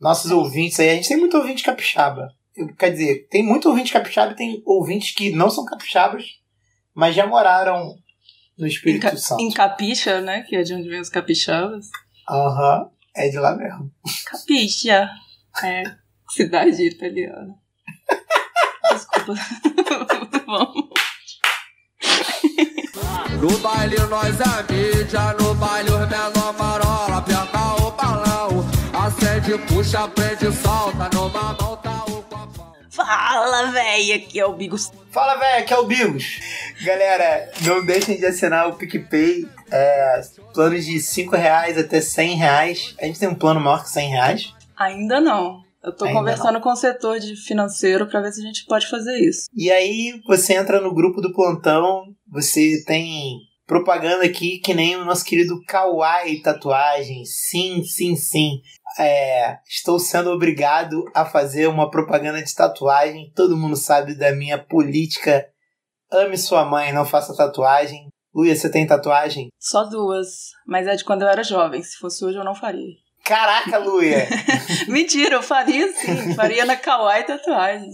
nossos ouvintes aí, a gente tem muito ouvinte capixaba. Quer dizer, tem muito ouvinte capixaba e tem ouvintes que não são capixabas, mas já moraram no Espírito Em, Ca- Santo. em Capixa, né? Que é de onde vem os capixabas. Aham, é de lá mesmo. Capixa. É. Cidade italiana. Desculpa. Vamos. No baile nós é mídia, no baile os menor marola, aperta o balão, acende, puxa, prende, solta, numa mão tá o copão. Fala, véia, aqui é o Bigos. Fala, velho, aqui é o Bigos. Galera, não deixem de assinar o PicPay. É, planos de 5 reais até 100 reais. A gente tem um plano maior que 100 reais. Ainda não. Eu tô Ainda conversando com o setor de financeiro pra ver se a gente pode fazer isso. E aí você entra no grupo do plantão, você tem propaganda aqui que nem o nosso querido Kawaii Tatuagem. Sim, sim, sim. É, estou sendo obrigado a fazer uma propaganda de tatuagem. Todo mundo sabe da minha política. Ame sua mãe, não faça tatuagem. Luia, você tem tatuagem? Só duas, mas é de quando eu era jovem. Se fosse hoje, eu não faria. Caraca, Luia! Mentira, eu faria sim. Faria na kawaii tatuagem.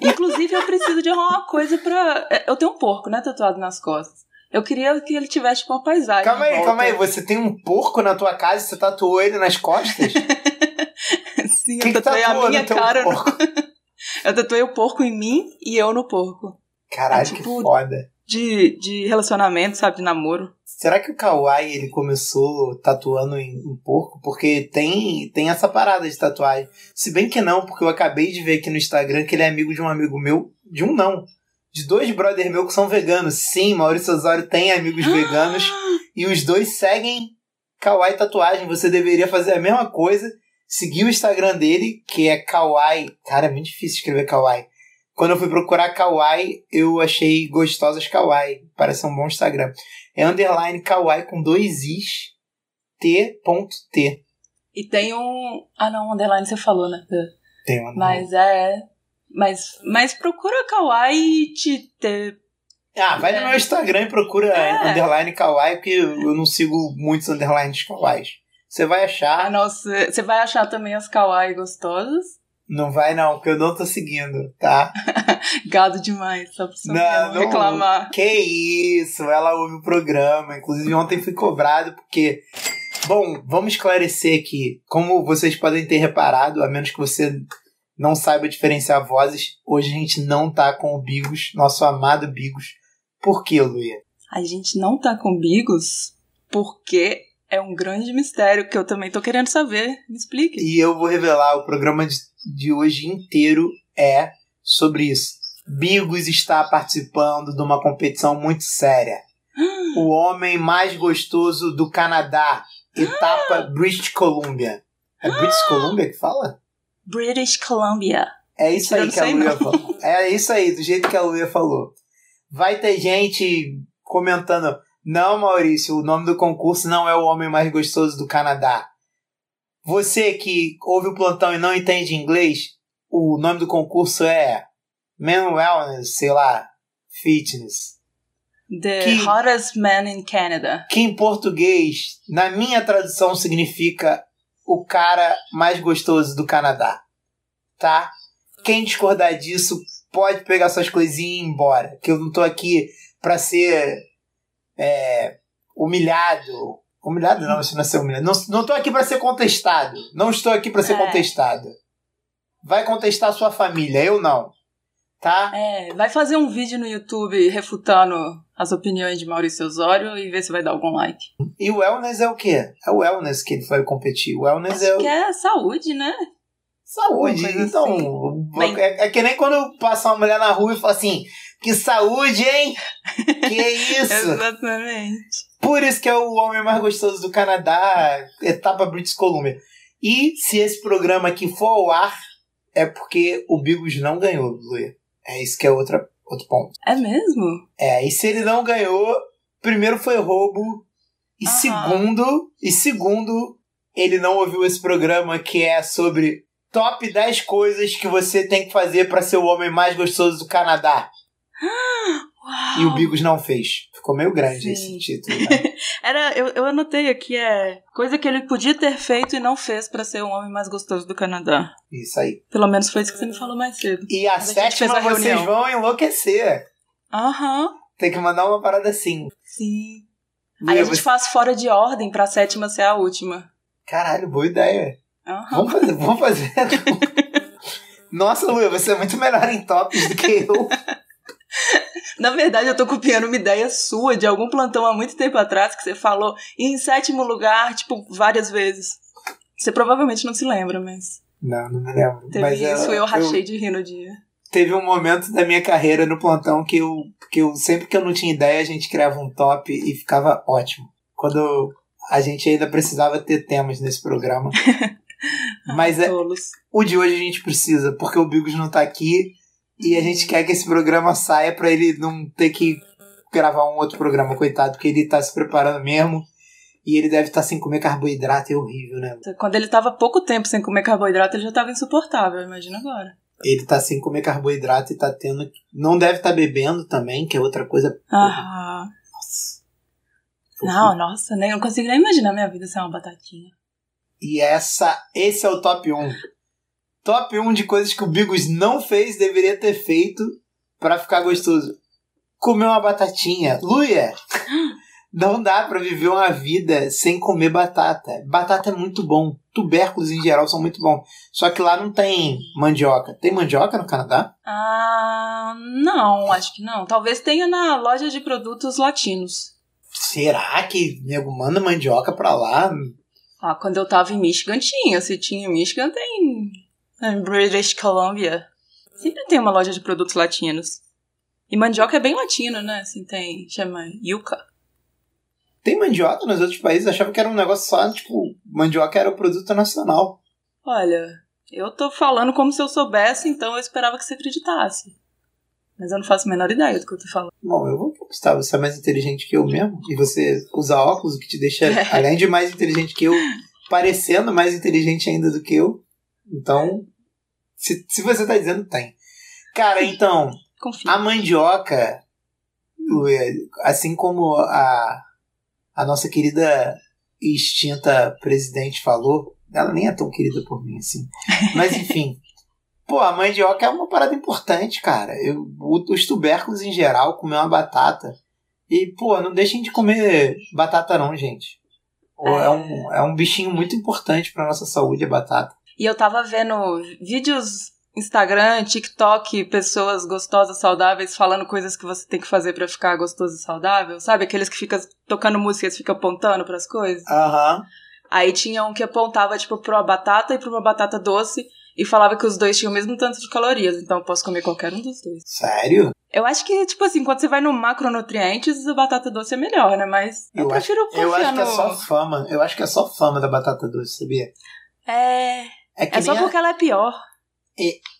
Inclusive, eu preciso de alguma coisa pra... Eu tenho um porco, né, tatuado nas costas. Eu queria que ele tivesse com uma paisagem. calma em aí, volta. calma aí. Você tem um porco na tua casa e você tatuou ele nas costas? Quem Sim, eu que tatuei a tatuou no minha teu cara. no- porco? Eu tatuei o porco em mim e eu no porco. Caralho, É que tipo- foda. De, de relacionamento, sabe? De namoro. Será que o Kawaii ele começou tatuando em, em porco? Porque tem, tem essa parada de tatuagem. Se bem que não, porque eu acabei de ver aqui no Instagram que ele é amigo de um amigo meu. De um não. De dois brother meu que são veganos. Sim, Maurício Osório tem amigos veganos. e os dois seguem Kawaii Tatuagem. Você deveria fazer a mesma coisa, seguir o Instagram dele, que é Kawaii. Cara, é muito difícil escrever Kawaii. Quando eu fui procurar Kawaii, eu achei gostosas Kawaii. Parece um bom Instagram. É underline Kawaii com dois Is, T.T. E tem um. Ah, não, underline você falou, né? Tem um Mas é. Mas, mas procura Kawaii te ter. Ah, vai no meu Instagram e procura É. underline Kawaii, porque eu não sigo muitos underlines Kawaiis. Você vai Ah, achar. nossa, você vai achar também as Kawaii gostosas. Não vai não, porque eu não tô seguindo, tá? Gado demais, só pra você Não, não. reclamar. Que isso, ela ouve o programa. Inclusive, ontem fui cobrado, porque. Bom, vamos esclarecer aqui. Como vocês podem ter reparado, a menos que você não saiba diferenciar vozes, hoje a gente não tá com o Bigos, nosso amado Bigos. Por quê, Luia? A gente não tá com bigos porque é um grande mistério que eu também tô querendo saber. Me explique. E eu vou revelar: o programa de, de hoje inteiro é sobre isso. Bigos está participando de uma competição muito séria. O homem mais gostoso do Canadá. Etapa British Columbia. É British Columbia que fala? British Columbia. É isso aí Eu não que a sei, Luia não. falou. É isso aí, do jeito que a Luia falou. Vai ter gente comentando: não, Maurício, o nome do concurso não é o homem mais gostoso do Canadá. Você que ouve o plantão e não entende inglês, o nome do concurso é Men Wellness, sei lá, Fitness. The Que- hottest man in Canada. que em português, na minha tradução, significa o cara mais gostoso do Canadá. Tá? Quem discordar disso pode pegar suas coisinhas e ir embora. Que eu não tô aqui pra ser é, humilhado. Humilhado não, isso não é ser humilhado. Não, não tô aqui pra ser contestado. Não estou aqui pra ser É. contestado. Vai contestar sua família, eu não. Tá? É, vai fazer um vídeo no YouTube refutando as opiniões de Maurício Osório e ver se vai dar algum like. E o wellness é o quê? É o wellness que ele foi competir. O wellness é o... Acho que é saúde, né? Saúde, Uma coisa assim. então. Bem- É, é que nem quando passa uma mulher na rua e fala assim: que saúde, hein? Que isso? Exatamente. Por isso que é o homem mais gostoso do Canadá, etapa British Columbia. E se esse programa aqui for ao ar, é porque o Bigos não ganhou, Luia. É isso que é outra, outro ponto. É mesmo? É, e se ele não ganhou, primeiro foi roubo, e Aham. segundo, e segundo, ele não ouviu esse programa que é sobre top 10 coisas que você tem que fazer pra ser o homem mais gostoso do Canadá. E o Bigos não fez. Ficou meio grande Ah. Sim. esse título. né? Era, eu, eu anotei aqui, é coisa que ele podia ter feito e não fez pra ser o homem mais gostoso do Canadá. Isso aí. Pelo menos foi isso que você me falou mais cedo. E a Mas a gente fez sétima a vocês reunião. vão enlouquecer. Aham, Tem que mandar uma parada assim. sim. Aí Bia, a gente você- faz fora de ordem pra sétima ser a última. Caralho, boa ideia. Aham. Vamos fazer, vamos fazer. Nossa, Luia, você é muito melhor em tops do que eu. Na verdade, eu tô copiando uma ideia sua de algum plantão há muito tempo atrás que você falou e em sétimo lugar, tipo, várias vezes. Você provavelmente não se lembra, mas Não, não me lembro. teve Mas é, isso, eu, eu rachei de rir no dia. teve um momento da minha carreira no plantão que eu, que eu sempre que eu não tinha ideia, a gente criava um top e ficava ótimo. Quando a gente ainda precisava ter temas nesse programa. Mas é, Tolos. o de hoje a gente precisa, porque o Bigos não tá aqui e a gente quer que esse programa saia pra ele não ter que gravar um outro programa, coitado, porque ele tá se preparando mesmo e ele deve estar sem comer carboidrato, é horrível, né? Quando ele tava pouco tempo sem comer carboidrato, ele já tava insuportável, imagina agora. Ele tá sem comer carboidrato e tá tendo. Não deve estar bebendo também, que é outra coisa. Ah, Nossa. não, nossa, nem, não consigo nem imaginar minha vida sem uma batatinha. E essa, esse é o top 1. Top 1 de coisas que o Bigos não fez, deveria ter feito pra ficar gostoso. Comer uma batatinha. Luia! Não dá pra viver uma vida sem comer batata. Batata é muito bom. Tubérculos em geral são muito bons. Só que lá não tem mandioca. Tem mandioca no Canadá? Ah, não, acho que não. Talvez tenha na loja de produtos latinos. Será que nego manda mandioca pra lá? Ah, quando eu tava em Michigan tinha. Se tinha em Michigan, tem em British Columbia. Sempre tem uma loja de produtos latinos. E mandioca é bem latino, né? Assim, tem, chama yuca. Tem mandioca nos outros países? Eu achava que era um negócio só, tipo, mandioca era o produto nacional. Olha, eu tô falando como se eu soubesse, então eu esperava que você acreditasse. Mas eu não faço a menor ideia do que eu tô falando. Bom, eu vou conquistar. Você é mais inteligente que eu mesmo. E você usa óculos, o que te deixa, além de mais inteligente que eu, parecendo mais inteligente ainda do que eu. Então, se, se você tá dizendo, tem. Cara, então, Confio. a mandioca, Luia, assim como a, a nossa querida e extinta presidente falou, ela nem é tão querida por mim assim. Mas enfim. Pô, a mandioca é uma parada importante, cara. Eu, o- os tubérculos em geral, comer uma batata. E, pô, não deixem de comer batata, não, gente. Pô, É um, é um bichinho muito importante pra nossa saúde, a batata. E eu tava vendo vídeos Instagram, TikTok, pessoas gostosas, saudáveis, falando coisas que você tem que fazer pra ficar gostoso e saudável. Sabe aqueles que ficam tocando música e eles ficam apontando pras coisas? Aham. Aí tinha um que apontava, tipo, pra uma batata e pra uma batata doce e falava que os dois tinham o mesmo tanto de calorias, então eu posso comer qualquer um dos dois. Sério? Eu acho que, tipo assim, quando você vai no macronutrientes, a batata doce é melhor, né? Mas eu, Eu acho- prefiro Eu confiar acho que é no- só fama. Eu acho que é só fama da batata doce, sabia? É, É que é só nem a- porque ela é pior.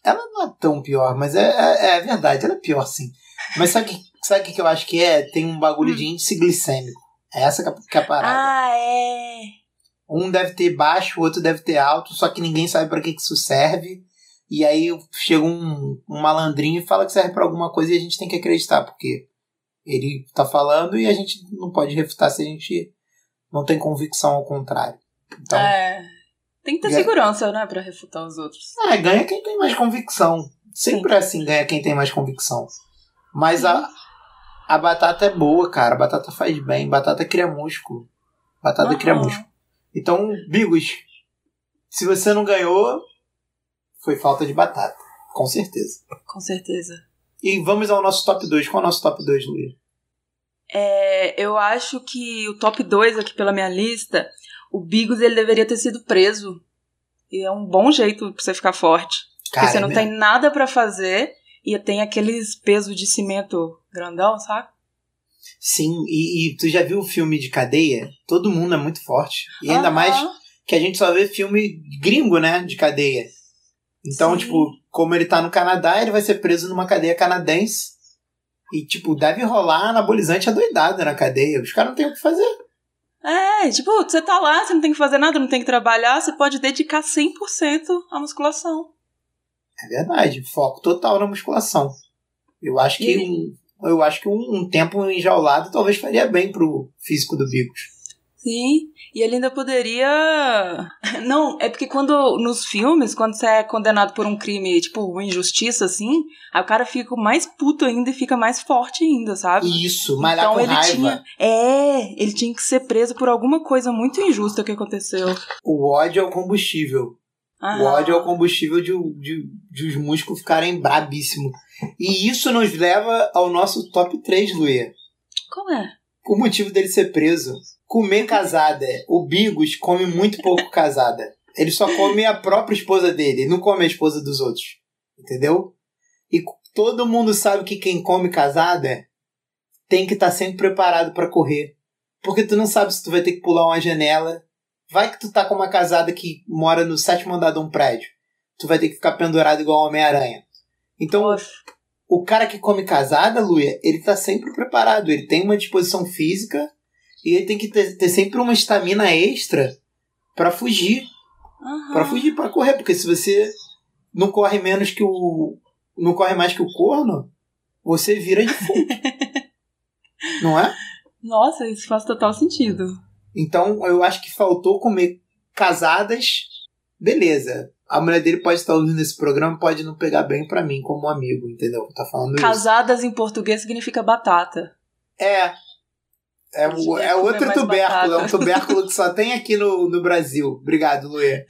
Ela não é tão pior, mas é, é, é verdade, ela é pior sim. Mas sabe o que, sabe o que que eu acho que é? Tem um bagulho de índice glicêmico. É essa que é, que é a parada. Hum. Ah, é. Um deve ter baixo, o outro deve ter alto, só que ninguém sabe pra que, que isso serve. E aí chega um, um malandrinho e fala que serve pra alguma coisa e a gente tem que acreditar, porque ele tá falando e a gente não pode refutar se a gente não tem convicção ao contrário. Então, É. Tem que ter Já- segurança, né, pra refutar os outros. É, ganha quem tem mais convicção. Sempre é assim, ganha quem tem mais convicção. Mas a, a batata é boa, cara. A batata faz bem. Batata cria músculo. Batata cria Aham. músculo. Então, Bigos, se você não ganhou, foi falta de batata. Com certeza. Com certeza. E vamos ao nosso top 2. Qual é o nosso top 2, Luiz? É, eu acho que o top 2 aqui pela minha lista, o Bigos ele deveria ter sido preso. E é um bom jeito pra você ficar forte. Porque Cara, você não né? tem nada pra fazer e tem aqueles pesos de cimento grandão, sabe? Sim, e, e tu já viu o filme de cadeia? Todo mundo é muito forte. E ainda mais que a gente só vê filme gringo, né? De cadeia. Então, Sim. tipo, como ele tá no Canadá, ele vai ser preso numa cadeia canadense. E, tipo, deve rolar anabolizante adoidado na cadeia. Os caras não têm o que fazer. É, tipo, você tá lá, você não tem que fazer nada, não tem que trabalhar, você pode dedicar 100% à musculação. É verdade. Foco total na musculação. Eu acho que E- um, eu acho que um, um tempo enjaulado talvez faria bem pro físico do Bicos. Sim, e ele ainda poderia. Não, é porque quando nos filmes, quando você é condenado por um crime, tipo, uma injustiça, assim, aí o cara fica mais puto ainda e fica mais forte ainda, sabe? Isso, malhar com Então ele raiva. tinha. É, ele tinha que ser preso por alguma coisa muito injusta que aconteceu. O ódio é o combustível. Ah, O ódio é o combustível de, de, de os músicos ficarem brabíssimos. E isso nos leva ao nosso top 3, Luia. Como é? O motivo dele ser preso. Comer casada. O Bigos come muito pouco casada. Ele só come a própria esposa dele, ele não come a esposa dos outros. Entendeu? E co- todo mundo sabe que quem come casada tem que estar sempre preparado pra correr. Porque tu não sabe se tu vai ter que pular uma janela. Vai que tu tá com uma casada que mora no sétimo andar de um prédio. Tu vai ter que ficar pendurado igual um Homem-Aranha. Então, o cara que come casada, Luia, ele tá sempre preparado. Ele tem uma disposição física e ele tem que ter, ter sempre uma estamina extra pra fugir. Aham. Pra fugir, pra correr. Porque se você não corre menos que o. Não corre mais que o corno, você vira defunto. não é? Nossa, isso faz total sentido. Então eu acho que faltou comer casadas. Beleza. A mulher dele pode estar ouvindo esse programa, pode não pegar bem pra mim como um amigo, entendeu? Tá falando isso. Casadas em português significa batata. É. É, Eu o- devia é comer outro mais tubérculo, é um batata. tubérculo que só tem aqui no, no Brasil. Obrigado, Luê.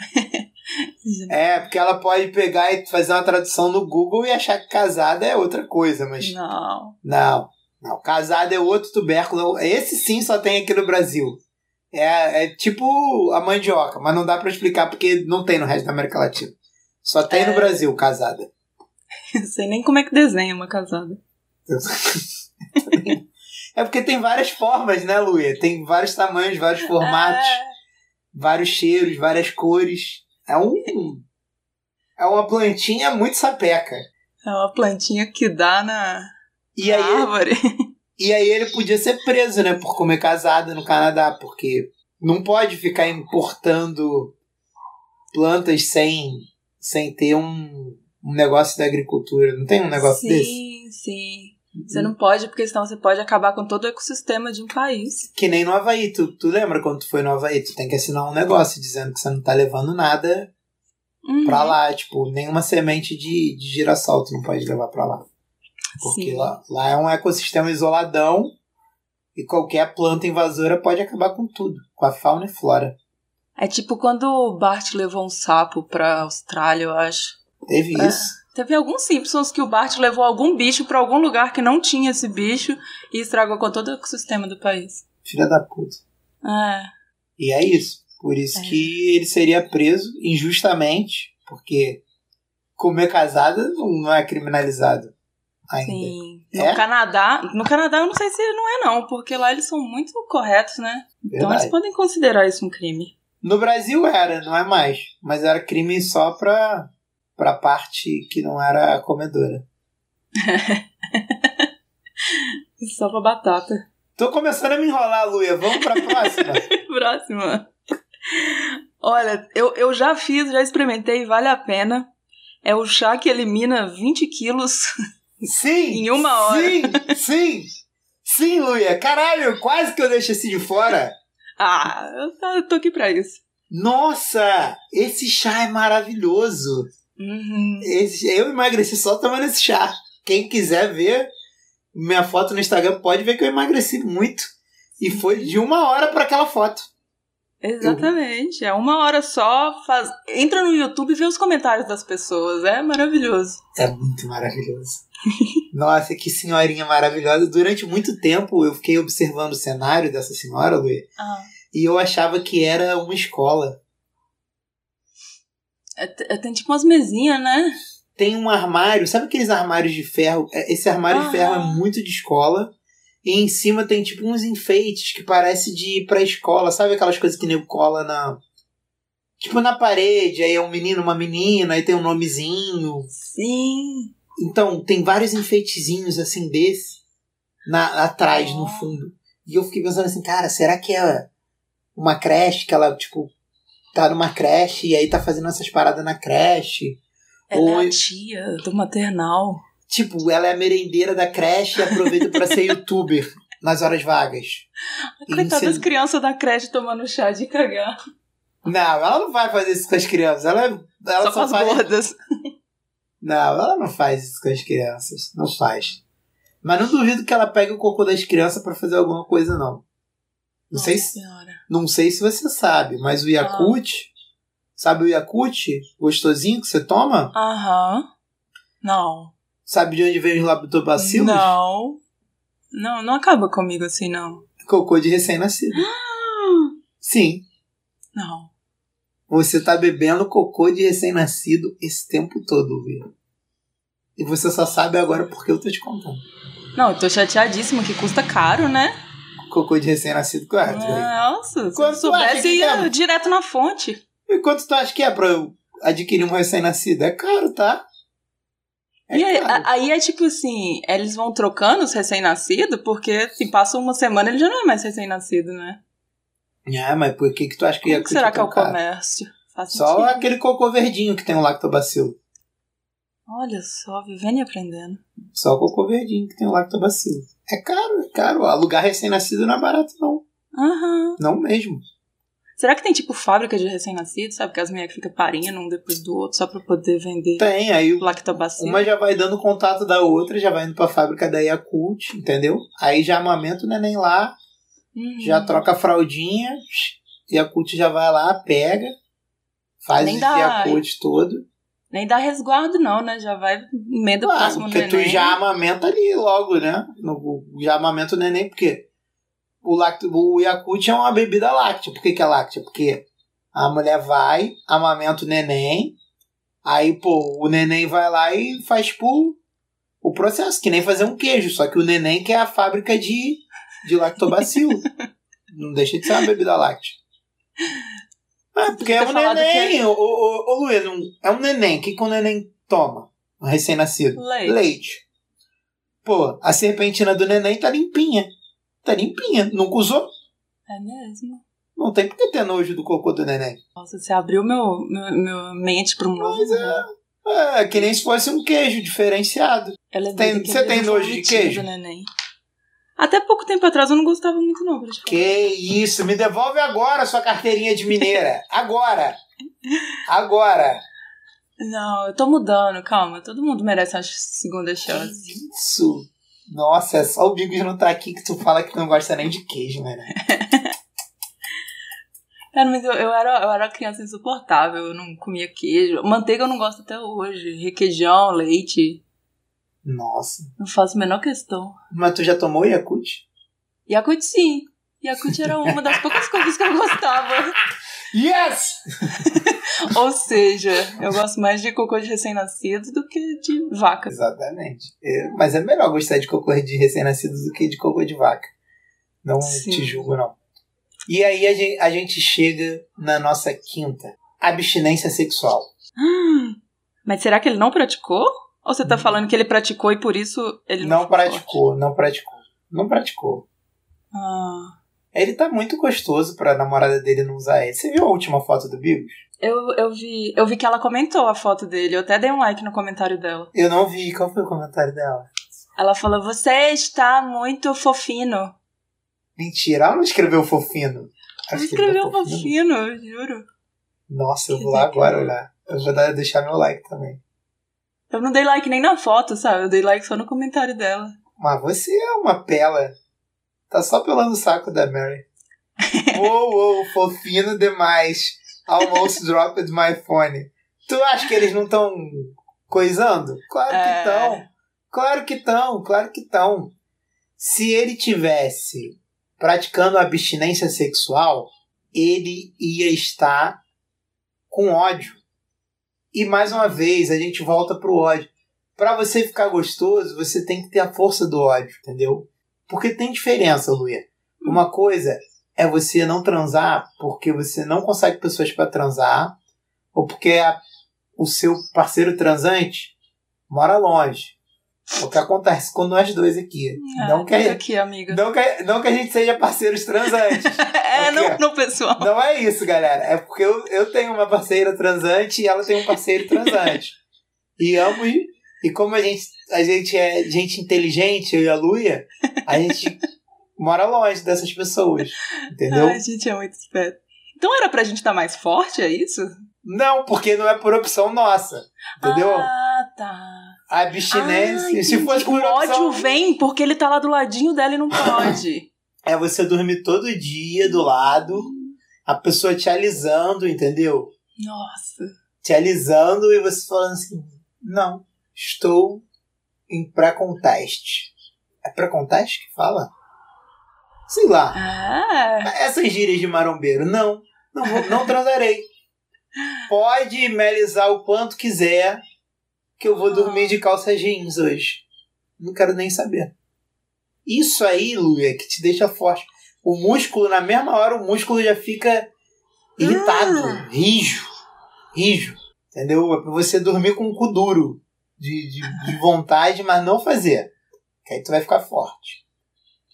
É, porque ela pode pegar e fazer uma tradução no Google e achar que casada é outra coisa, mas Não. não. Não, casada é outro tubérculo. Esse sim só tem aqui no Brasil. É, é tipo a mandioca, mas não dá pra explicar porque não tem no resto da América Latina. Só tem no É. Brasil, casada. Não sei nem como é que desenha uma casada. É porque tem várias formas, né, Luê? Tem vários tamanhos, vários formatos. É. vários cheiros, várias cores. É um. É uma plantinha muito sapeca. É uma plantinha que dá na E aí, árvore. e aí ele podia ser preso, né? Por comer casada no Canadá, porque não pode ficar importando plantas sem, sem ter um, um negócio da agricultura. Não tem um negócio sim, desse? Uhum. sim. Você não pode, porque senão você pode acabar com todo o ecossistema de um país. Que nem no Havaí. Tu, tu lembra quando tu foi no Havaí? Tu tem que assinar um negócio dizendo que você não tá levando nada Uhum. pra lá. Tipo, nenhuma semente de, de girassol tu não pode levar pra lá. Porque Sim. lá, lá é um ecossistema isoladão e qualquer planta invasora pode acabar com tudo, com a fauna e flora. É tipo quando o Bart levou um sapo pra Austrália, eu acho. Teve É. isso. Teve alguns Simpsons que o Bart levou algum bicho pra algum lugar que não tinha esse bicho e estragou com todo o ecossistema do país. Filha da puta. É. E é isso. Por isso É. que ele seria preso injustamente, porque comer casada não não é criminalizado ainda. Sim. No É? Canadá, no Canadá eu não sei se não é não, porque lá eles são muito corretos, né? Então Verdade. eles podem considerar isso um crime. No Brasil era, não é mais. Mas era crime só pra, pra parte que não era a comedora. Só pra batata. Tô começando a me enrolar, Luia. Vamos pra próxima? Próxima. Olha, eu, eu já fiz, já experimentei, vale a pena. É o chá que elimina 20 quilos. Sim! Em uma hora. Sim! Sim! Sim, Luia! Caralho, quase que eu deixo esse de fora! Ah, eu tá- eu tô aqui pra isso. Nossa! Esse chá é maravilhoso! Uhum. Esse- eu emagreci só tomando esse chá. Quem quiser ver minha foto no Instagram pode ver que eu emagreci muito. E foi de uma hora pra aquela foto. Exatamente. É uma hora só. Faz... Entra no YouTube e vê os comentários das pessoas. É maravilhoso. É muito maravilhoso. Nossa, que senhorinha maravilhosa. Durante muito tempo eu fiquei observando o cenário dessa senhora, Luia, Ah. e eu achava que era uma escola. É, t- é, tem tipo umas mesinhas, né? tem um armário, sabe aqueles armários de ferro? É, Esse armário de Aham. ferro é muito de escola. E em cima tem tipo uns enfeites que parece de ir pra escola, sabe aquelas coisas que nego cola na. Tipo na parede, aí é um menino, uma menina, aí tem um nomezinho. Sim. Então, tem vários enfeitezinhos assim desse na, atrás, no Ah. fundo. E eu fiquei pensando assim, cara, será que é uma creche que ela, tipo, tá numa É creche e aí tá fazendo essas paradas na creche? Ela Ou- é a tia do maternal. Tipo, ela é a merendeira da creche e aproveita pra ser youtuber nas horas vagas. Coitada das Inse- crianças da creche tomando chá de cagar. Não, ela não vai fazer isso com as crianças. Ela, é, ela só, só com as faz. gordas. Não, ela não faz isso com as crianças. Não faz. Mas não duvido que ela pegue o cocô das crianças pra fazer alguma coisa, não. Não sei, Nossa se, senhora. não sei se você sabe, mas o Yakut. Sabe o Yakut? Gostosinho que você toma? Aham. Não. Sabe de onde vem os lactobacilos? Não. Não, não acaba comigo assim, não. Cocô de recém-nascido. Sim, Não. você tá bebendo cocô de recém-nascido esse tempo todo, viu? E você só sabe agora porque eu tô te contando. Não, eu tô chateadíssima que custa caro, né? Cocô de recém-nascido, claro. velho. Nossa, se eu É, Quanto tu acha soubesse, que ia é? direto na fonte. E quanto tu acha que é pra eu adquirir um recém-nascido? É caro, tá? É e aí, caro. a- aí é tipo assim, eles vão trocando os recém-nascidos, porque se passa uma semana ele já não é mais recém-nascido, né? Ah, mas por que que tu acha que Como ia que será que é o caro? comércio? Faz Só é. sentido. aquele cocô verdinho que tem um o lactobacilo. Olha só, vivendo e aprendendo. Só o cocô verdinho que tem o lactobacilo. É caro, é caro. Alugar recém-nascido não é barato, não. Aham. Não mesmo. Será que tem tipo fábrica de recém-nascido, sabe? Que as mulheres ficam parindo um depois do outro só pra poder vender Tem, aí o lactobacilo. Uma já vai dando contato da outra, já vai indo pra fábrica da Yakult, entendeu? Aí já amamenta o neném lá, Uhum. já tá- troca a fraldinha, Yakult já vai lá, pega, faz Nem o dá- Yakult todo. Nem dá resguardo, não, né? Já vai medo do Claro, próximo porque neném. tu já amamenta ali logo, né? No- já amamenta o neném, porque o, lacto, o Yakult é uma bebida láctea. Por que, que é láctea? Porque a mulher vai, amamenta o neném, aí, pô, o neném vai lá e faz, tipo, o processo, que nem fazer um queijo, só que o neném que é a fábrica de, de lactobacilo. Não deixa de ser uma bebida láctea. É, porque é Ter um falado neném, que ô, ô, ô Luiz, um- é um neném. O que, que um neném toma? Um recém-nascido? Leite. Pô, a serpentina do neném tá limpinha. Tá limpinha. Nunca usou? É mesmo. Não tem por que ter nojo do cocô do neném. Nossa, você abriu meu, meu, meu mente pra um novo. Mas é. É, que nem se fosse um queijo diferenciado. Ela é Tem- doida que você eu tem vou nojo de vomitar queijo? do neném. Até pouco tempo atrás eu não gostava muito, não. pra te falar. Que isso, me devolve agora sua carteirinha de mineira. Agora! Agora! Não, eu tô mudando, calma. Todo mundo merece uma segunda chance. Isso! Nossa, é só o Bigos não tá aqui que tu fala que não gosta nem de queijo, né? Cara, É, mas eu, eu era, eu era uma criança insuportável, eu não comia queijo. Manteiga eu não gosto até hoje. Requeijão, leite. Nossa. Não faço a menor questão. Mas tu já tomou Yakult? Yakult sim. Yakult era uma das poucas coisas que eu gostava. Yes! Ou seja, eu gosto mais de cocô de recém-nascido do que de vaca. Exatamente. É, mas é melhor gostar de cocô de recém-nascido do que de cocô de vaca. Não Sim. te julgo, não. E aí a gen- a gente, chega na nossa quinta. Abstinência sexual. Mas será que ele não praticou? Ou você tá falando que ele praticou e por isso ele não, Não ficou? praticou, não praticou. Não praticou. Ah, Ele tá muito gostoso pra namorada dele não usar ele. Você viu a última foto do Bigos? eu, eu, vi, eu vi que ela comentou a foto dele. Eu até dei um like no comentário dela. Eu não vi. Qual foi o comentário dela? Ela falou: Você está muito fofinho. Mentira, ela não escreveu fofinho. Ela tá escreveu fofinho, eu juro. Nossa, eu vou lá agora olhar. Eu vou dar- deixar meu like também. Eu não dei like nem na foto, sabe? Eu dei like só no comentário dela. Mas você é uma pela. Tá só pelando o saco da Mary. Uou, uou, fofinho demais. Almost dropped my phone. Tu acha que eles não estão coisando? Claro É. que estão. Claro que estão, claro que estão. Se ele tivesse praticando abstinência sexual, ele ia estar com ódio. E mais uma vez, a gente volta pro ódio. Pra você ficar gostoso, você tem que ter a força do ódio, entendeu? Porque tem diferença, Luia. Uma coisa é você não transar porque você não consegue pessoas pra transar, ou porque a- o seu parceiro transante mora longe. É o que acontece com nós dois aqui. Ah, não, que, tudo aqui, amiga. não, que, não que a gente seja parceiros transantes. é, aqui, não, ó. não, pessoal. Não é isso, galera. É porque eu, eu tenho uma parceira transante e ela tem um parceiro transante. E ambos E como a gente, a gente é gente inteligente, eu e a Luia, a gente mora longe dessas pessoas. Entendeu? Ai, gente, é muito esperto. Então era pra gente estar mais forte, é isso? Não, porque não é por opção nossa. Entendeu? Ah, tá. A abstinência. Ah, se fosse o por ódio opção, vem porque ele tá lá do ladinho dela e não pode. É você dormir todo dia do lado, a pessoa te alisando, entendeu? Nossa. Te alisando e você falando assim: não, estou em pré-conteste. É pré-conteste que fala? Sei lá. Ah, Essas gírias de marombeiro, não. Não, vou, não transarei. Pode me alisar o quanto quiser, que eu Ah. vou dormir de calça jeans hoje. Não quero nem saber. Isso aí, Luia, que te deixa forte. O músculo, na mesma hora, o músculo já fica irritado, Ah. rijo. Rijo. Entendeu? É pra você dormir com o cu duro. De, de, de vontade, mas não fazer. Que aí tu vai ficar forte.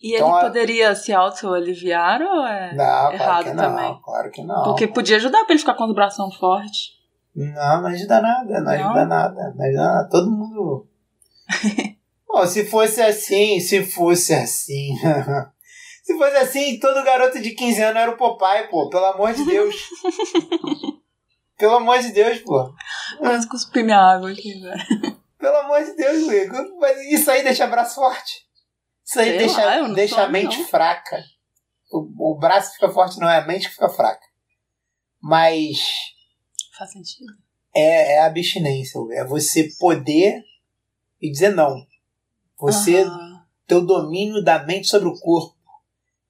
e Então, ele a- poderia se auto-aliviar ou é? Não, claro errado que não. também. Claro que não. Porque podia ajudar pra ele ficar com o bração forte. Não, não ajuda nada, não, Não? ajuda nada, não ajuda nada. Todo mundo. Bom, se fosse assim, se fosse assim. se fosse assim, todo garoto de 15 anos era o Popeye, pô, pelo amor de Deus. pelo amor de Deus, pô. Quase cuspi minha água aqui, velho. Pelo amor de Deus, Igor. Mas isso aí deixa braço forte. Isso aí Sei deixa, lá, eu não sou deixa a homem, mente não. fraca. O, o braço fica forte, não é a mente que fica fraca. Mas. Faz sentido. é, é a abstinência, Lu. é você poder e dizer não. Você, Aham. teu domínio da mente sobre o corpo.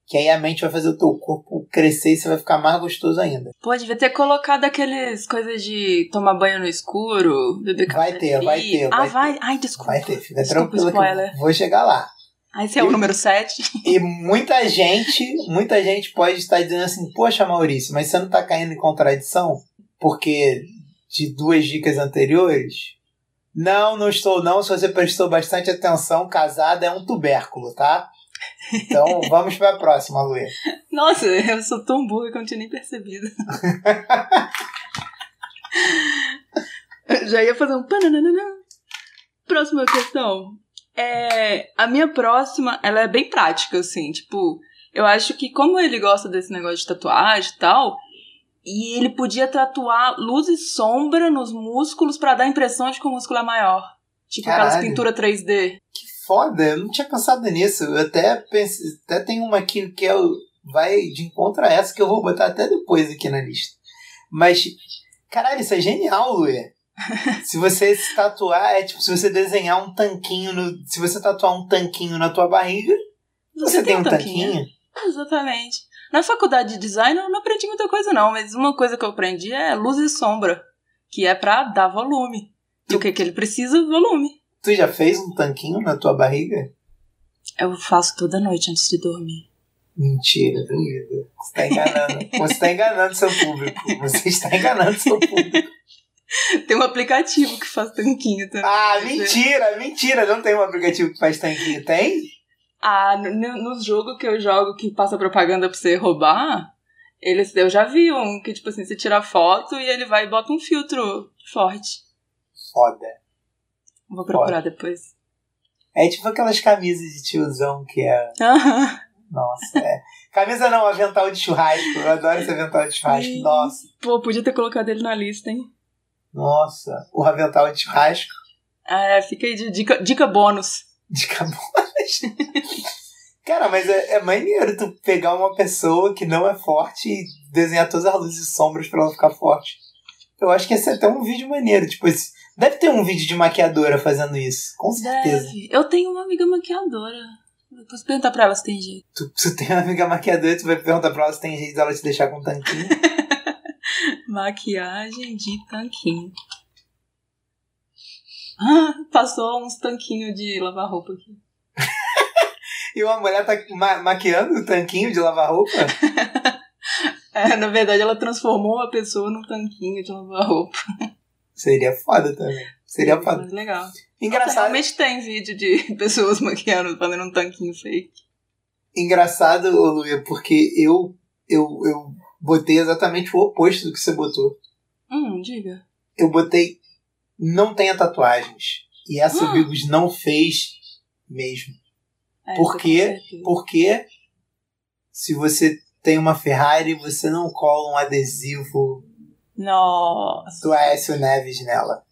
Que aí a mente vai fazer o teu corpo crescer e você vai ficar mais gostoso ainda. Pô, devia ter colocado aqueles coisas de tomar banho no escuro, beber café Vai ter, vai frio. ter, Ah, vai vai. Ai, desculpa. Vai ter, fica Desculpa, tranquilo que eu spoiler. vou chegar lá. Ah, esse é o Eu- número 7. E muita gente, muita gente pode estar dizendo assim, poxa Maurício, mas você não tá caindo em contradição? Porque de duas dicas anteriores? Não, não estou não, se você prestou bastante atenção, casada é um tubérculo, tá? Então vamos pra próxima, Luê. Nossa, eu sou tão burra que eu não tinha nem percebido. Eu Já ia fazer um pananana. Próxima questão. É, a minha próxima, ela é bem prática, assim. Tipo, eu acho que como ele gosta desse negócio de tatuagem e tal, e ele podia tatuar luz e sombra nos músculos pra dar a impressão de que o músculo é maior. Tipo aquelas Caralho. pinturas 3D. Que foda, eu não tinha pensado nisso. Eu até pensei, até tem uma aqui que eu, vai de encontro a essa que eu vou botar até depois aqui na lista. Mas, caralho, isso é genial, Luê. se você se tatuar, é tipo, se você desenhar um tanquinho no. Se você tatuar um tanquinho na tua barriga, você, tem, um tanquinho. Exatamente. Na faculdade de design eu não aprendi muita coisa, não, mas uma coisa que eu aprendi é luz e sombra, que é pra dar volume. E o que, que ele precisa? Volume. Tu já fez um tanquinho na tua barriga? Eu faço toda noite antes de dormir. Mentira, duvido. Você tá enganando. Você tá enganando seu público. Você está enganando seu público. Tem um aplicativo que faz tanquinho também. Ah, mas é- mentira, mentira. Não tem um aplicativo que faz tanquinho. Tem? Ah, no, no jogo que eu jogo que passa propaganda pra você roubar, eles, eu já vi um que, tipo assim, você tira a foto e ele vai e bota um filtro forte. Foda. Vou procurar depois. É tipo aquelas camisas de tiozão que é. Aham. Nossa, é. Camisa não, avental de churrasco. Eu adoro esse avental de churrasco. Sim. Nossa. Pô, podia ter colocado ele na lista, hein? Nossa. O avental de churrasco É, fica aí de dica, dica bônus. de cabolas. Cara, mas é, é maneiro tu pegar uma pessoa que não é forte e desenhar todas as luzes e sombras pra ela ficar forte. Eu acho que esse é até um vídeo maneiro. Tipo, esse- deve ter um vídeo de maquiadora fazendo isso. Com certeza. Deve. Eu tenho uma amiga maquiadora. Eu Posso perguntar pra ela se tem jeito. Tu, tu tem uma amiga maquiadora, tu vai perguntar pra ela se tem jeito dela te deixar com um tanquinho. Maquiagem de tanquinho. Ah, passou uns tanquinhos de lavar roupa aqui. E uma mulher tá ma- maquiando o tanquinho de lavar roupa? É, na verdade, ela transformou a pessoa num tanquinho de lavar roupa. Seria foda também. Seria foda. Mas legal. Engraçado, Realmente tem vídeo de pessoas maquiando, fazendo um tanquinho fake. engraçado ô Luia, porque eu, eu, eu botei exatamente o oposto do que você botou. Hum, diga. Eu botei não tenha tatuagens. E Ah. essa o Bigos não fez mesmo. É, Por isso quê? com certeza. Porque se você tem uma Ferrari, você não cola um adesivo Nossa. do Aécio Neves nela.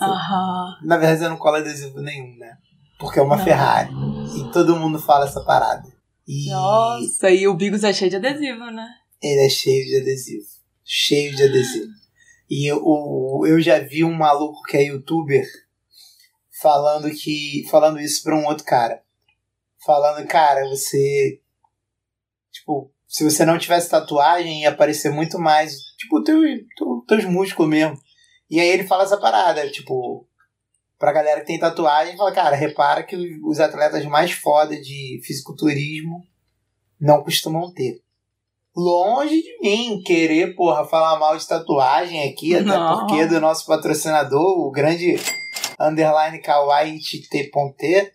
Aham. Na verdade, eu não colo adesivo nenhum, né? Porque é uma Não. Ferrari. E todo mundo fala essa parada. E Nossa, e o Bigos é cheio de adesivo, né? ele é cheio de adesivo. Cheio de adesivo. E eu, o- eu já vi um maluco que é youtuber falando que. falando isso pra um outro cara. Falando, cara, você. Tipo, se você não tivesse tatuagem, ia aparecer muito mais. Tipo, teu, teu- teus músculos mesmo. E aí ele fala essa parada, tipo. Pra galera que tem tatuagem, fala, cara, repara que os atletas mais foda de fisiculturismo não costumam ter. Longe de mim querer, porra, falar mal de tatuagem aqui, até Não. porque é do nosso patrocinador, o grande underline kawaii tt.t,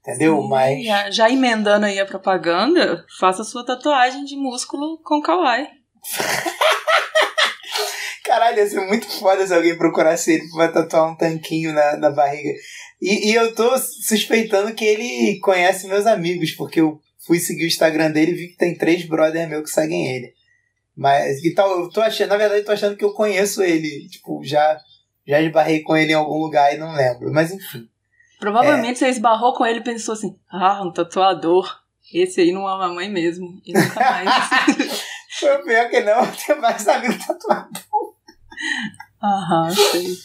entendeu? Sim, Mas Já, já emendando aí a propaganda, faça sua tatuagem de músculo com kawaii. Caralho, ia ser muito foda se alguém procurasse ele pra tatuar um tanquinho na, na barriga. E, e eu tô suspeitando que ele conhece meus amigos, porque eu fui seguir o Instagram dele e vi que tem três brothers meus que seguem ele. Mas e tal, eu tô achando, na verdade, eu tô achando que eu conheço ele. Tipo, já, já esbarrei com ele em algum lugar e não lembro. Mas enfim. É. Provavelmente você esbarrou com ele e pensou assim: ah, um tatuador. Esse aí não ama a mãe mesmo. E nunca mais. Foi o pior que não, tem mais amigo tatuado. Aham, sei.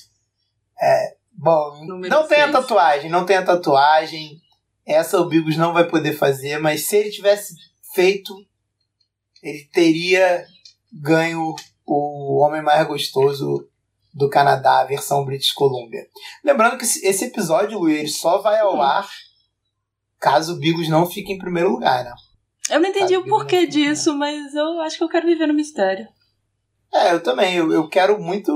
Bom, Número não tem a seis. tatuagem, não tem a tatuagem. Essa o Bigos não vai poder fazer, mas se ele tivesse feito, ele teria ganho o Homem Mais Gostoso do Canadá, a versão British Columbia. Lembrando que esse esse episódio, Lu, ele só vai Hum. ao ar caso o Bigos não fique em primeiro lugar, né? Eu não entendi o Tadinho, né? porquê disso, mas eu acho que eu quero viver no mistério. É, eu também. Eu, eu quero muito.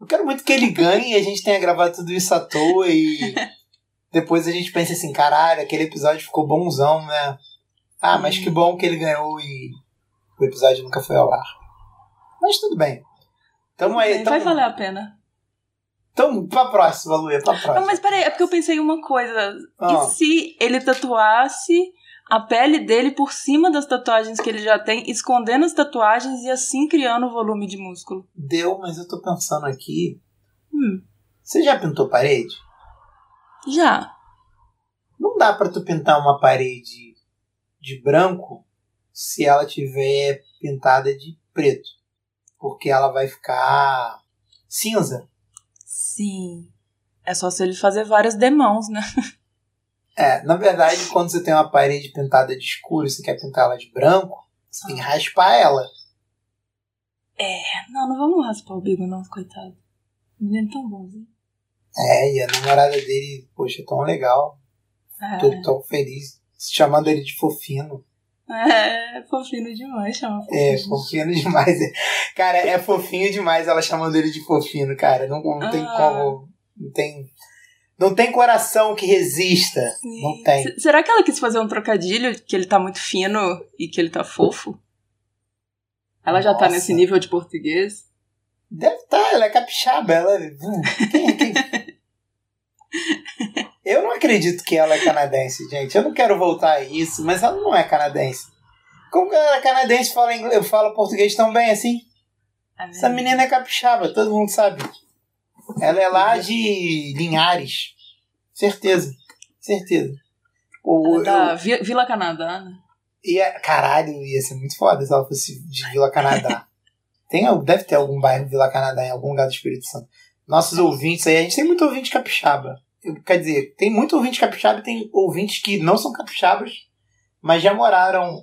Eu quero muito que ele ganhe e a gente tenha gravado tudo isso à toa e. depois a gente pensa assim: caralho, aquele episódio ficou bonzão, né? Ah, mas Uhum. que bom que ele ganhou e o episódio nunca foi ao ar. Mas tudo bem. Tamo aí. Vai Tamo, valer a pena. tamo pra próxima, Luia, pra próxima. Não, mas peraí, é porque eu pensei em uma coisa. Ah, E se ele tatuasse a pele dele por cima das tatuagens que ele já tem, escondendo as tatuagens e assim criando volume de músculo? Deu, mas eu tô pensando aqui. Hum, Você já pintou parede? já. Não dá pra tu pintar uma parede de branco se ela tiver pintada de preto, porque ela vai ficar cinza. Sim. É só se ele fazer várias demãos, né? É, na verdade, quando você tem uma parede pintada de escuro, e você quer pintar ela de branco, você tem que raspar ela. Não, não vamos raspar o bigo, não, coitado. Menino tão bonzinho. É, e a namorada dele, poxa, tão legal, tô É, tão feliz, chamando ele de fofinho. é fofinho demais, chama É, fofinho. fofinho demais. Cara, é fofinho demais ela chamando ele de fofinho, cara. Não, não tem Ah. como. Não tem. Não tem coração que resista. Sim. Não tem. Se- Será que ela quis fazer um trocadilho que ele tá muito fino e que ele tá fofo? Ela já tá Nossa. nesse nível de português? Deve estar, ela é capixaba. Ela. hum, quem- quem- Eu não acredito que ela é canadense, gente. Eu não quero voltar a isso, mas ela não é canadense. Como que ela é canadense e fala, ingl- eu falo português tão bem assim? Essa menina é capixaba, todo mundo sabe. Ela é lá de Linhares. Certeza. Certeza. Ou, Ela tá eu- Vi- Vila Canadá, né? ia, é, caralho, ia ser muito foda se ela fosse de Vila Canadá. tem, al- deve ter algum bairro Vila Canadá em algum lugar do Espírito Santo. Nossos ouvintes aí, a gente tem muito ouvinte capixaba. Eu- quer dizer, tem muito ouvinte capixaba e tem ouvintes que não são capixabas, mas já moraram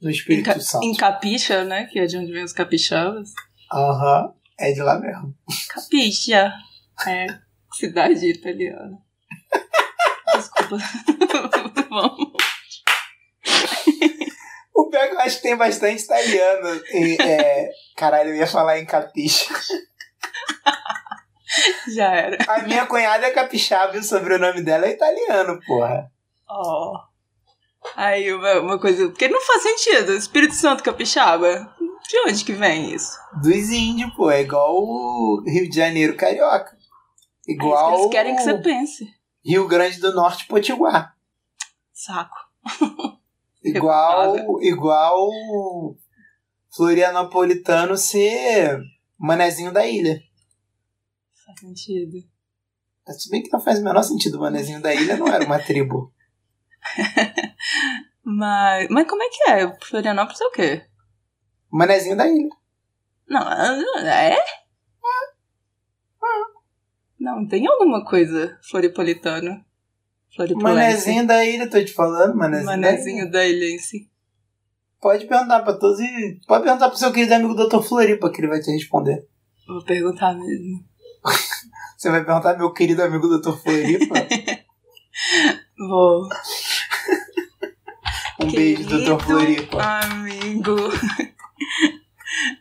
no Espírito Ca- Santo. Em Capixa, né? Que é de onde vem os capixabas. Aham, é de lá mesmo. Capixa. É. Cidade italiana. Desculpa. Vamos. O pior é que eu acho que tem bastante italiano. E, é, caralho, eu ia falar em capixa. Já era. A minha cunhada é capixaba e o sobrenome dela é italiano, porra. Ó. Aí uma, uma coisa. Porque não faz sentido. Espírito Santo capixaba. De onde que vem isso? é Dos índios, pô. É igual o Rio de Janeiro carioca. Igual Eles querem que você pense. Rio Grande do Norte Potiguar. Saco. Igual, igual Florianopolitano ser manezinho da ilha. Faz sentido. Se bem que não faz o menor sentido, o manezinho da ilha não era uma tribo. Mas, mas como é que é? Florianópolis é o quê? O manezinho da ilha. Não, é? Não, tem alguma coisa floripolitano. Floripolense. Manezinho da ilha, tô te falando, manezinho. da ilha. é, né? Manezinho da ilhense. Pode perguntar pra todos e pode perguntar pro seu querido amigo Dr. Floripa que ele vai te responder. Vou perguntar mesmo. Você vai perguntar meu querido amigo Dr. Floripa? Vou. Um beijo, Querido Dr. Floripa. Amigo.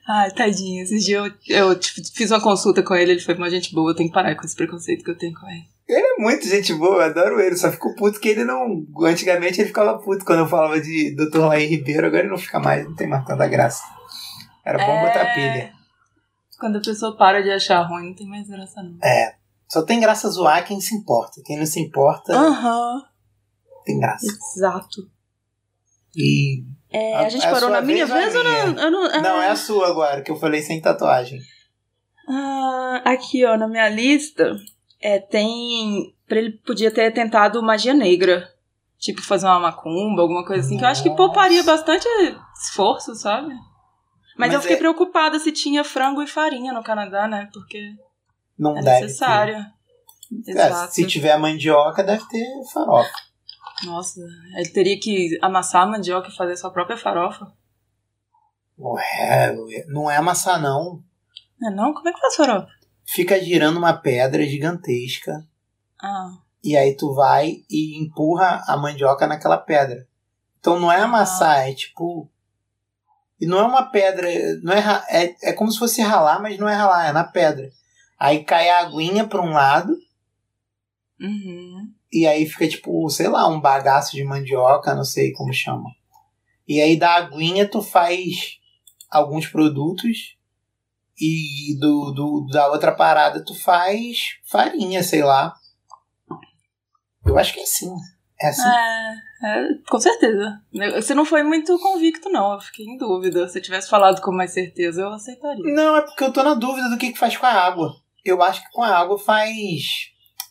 Ai, tadinho. Esse dia eu, eu tipo, fiz uma consulta com ele, ele foi uma gente boa, eu tenho que parar com esse preconceito que eu tenho com ele. Ele é muito gente boa, eu adoro ele. Só fico puto que ele não. Antigamente ele ficava puto quando eu falava de Dr. Laí Ribeiro, agora ele não fica mais, não tem mais tanta graça. Era bom É. botar pilha. Quando a pessoa para de achar ruim, não tem mais graça, não. É. Só tem graça zoar quem se importa. Quem não se importa, Aham, tem graça. exato. E. É, A- a gente é a parou sua na minha vez vez ou ou a na- minha? eu não, Ah. eu Não, é a sua agora, que eu falei sem tatuagem. Ah, aqui, ó, na minha lista, é, tem. pra Ele podia ter tentado magia negra. Tipo, fazer uma macumba, alguma coisa assim, que eu acho que Nossa. pouparia bastante esforço, sabe? Mas, Mas eu fiquei é- preocupada se tinha frango e farinha no Canadá, né? Porque Não é deve. necessário. ter. É, Exato. se tiver mandioca, deve ter farofa. Nossa, ele teria que amassar a mandioca e fazer sua própria farofa. Ué, ué. não é maçã, não. Não é não? Como é que faz farofa? Fica girando uma pedra gigantesca. Ah, E aí tu vai e empurra a mandioca naquela pedra. Então não é amassar, é tipo. E não é uma pedra. Não é, ra- é, é como se fosse ralar, mas não é ralar, é na pedra. Aí cai a aguinha pra um lado, uhum. e aí fica tipo, sei lá, um bagaço de mandioca, não sei como chama. E aí da aguinha tu faz alguns produtos. E do, do, da outra parada tu faz farinha, sei lá. Eu acho que é assim. É assim. É, com certeza. Eu- Você não foi muito convicto, não. Eu fiquei em dúvida. Se eu tivesse falado com mais certeza, eu aceitaria. Não, é porque eu tô na dúvida do que, que faz com a água. Eu acho que com a água faz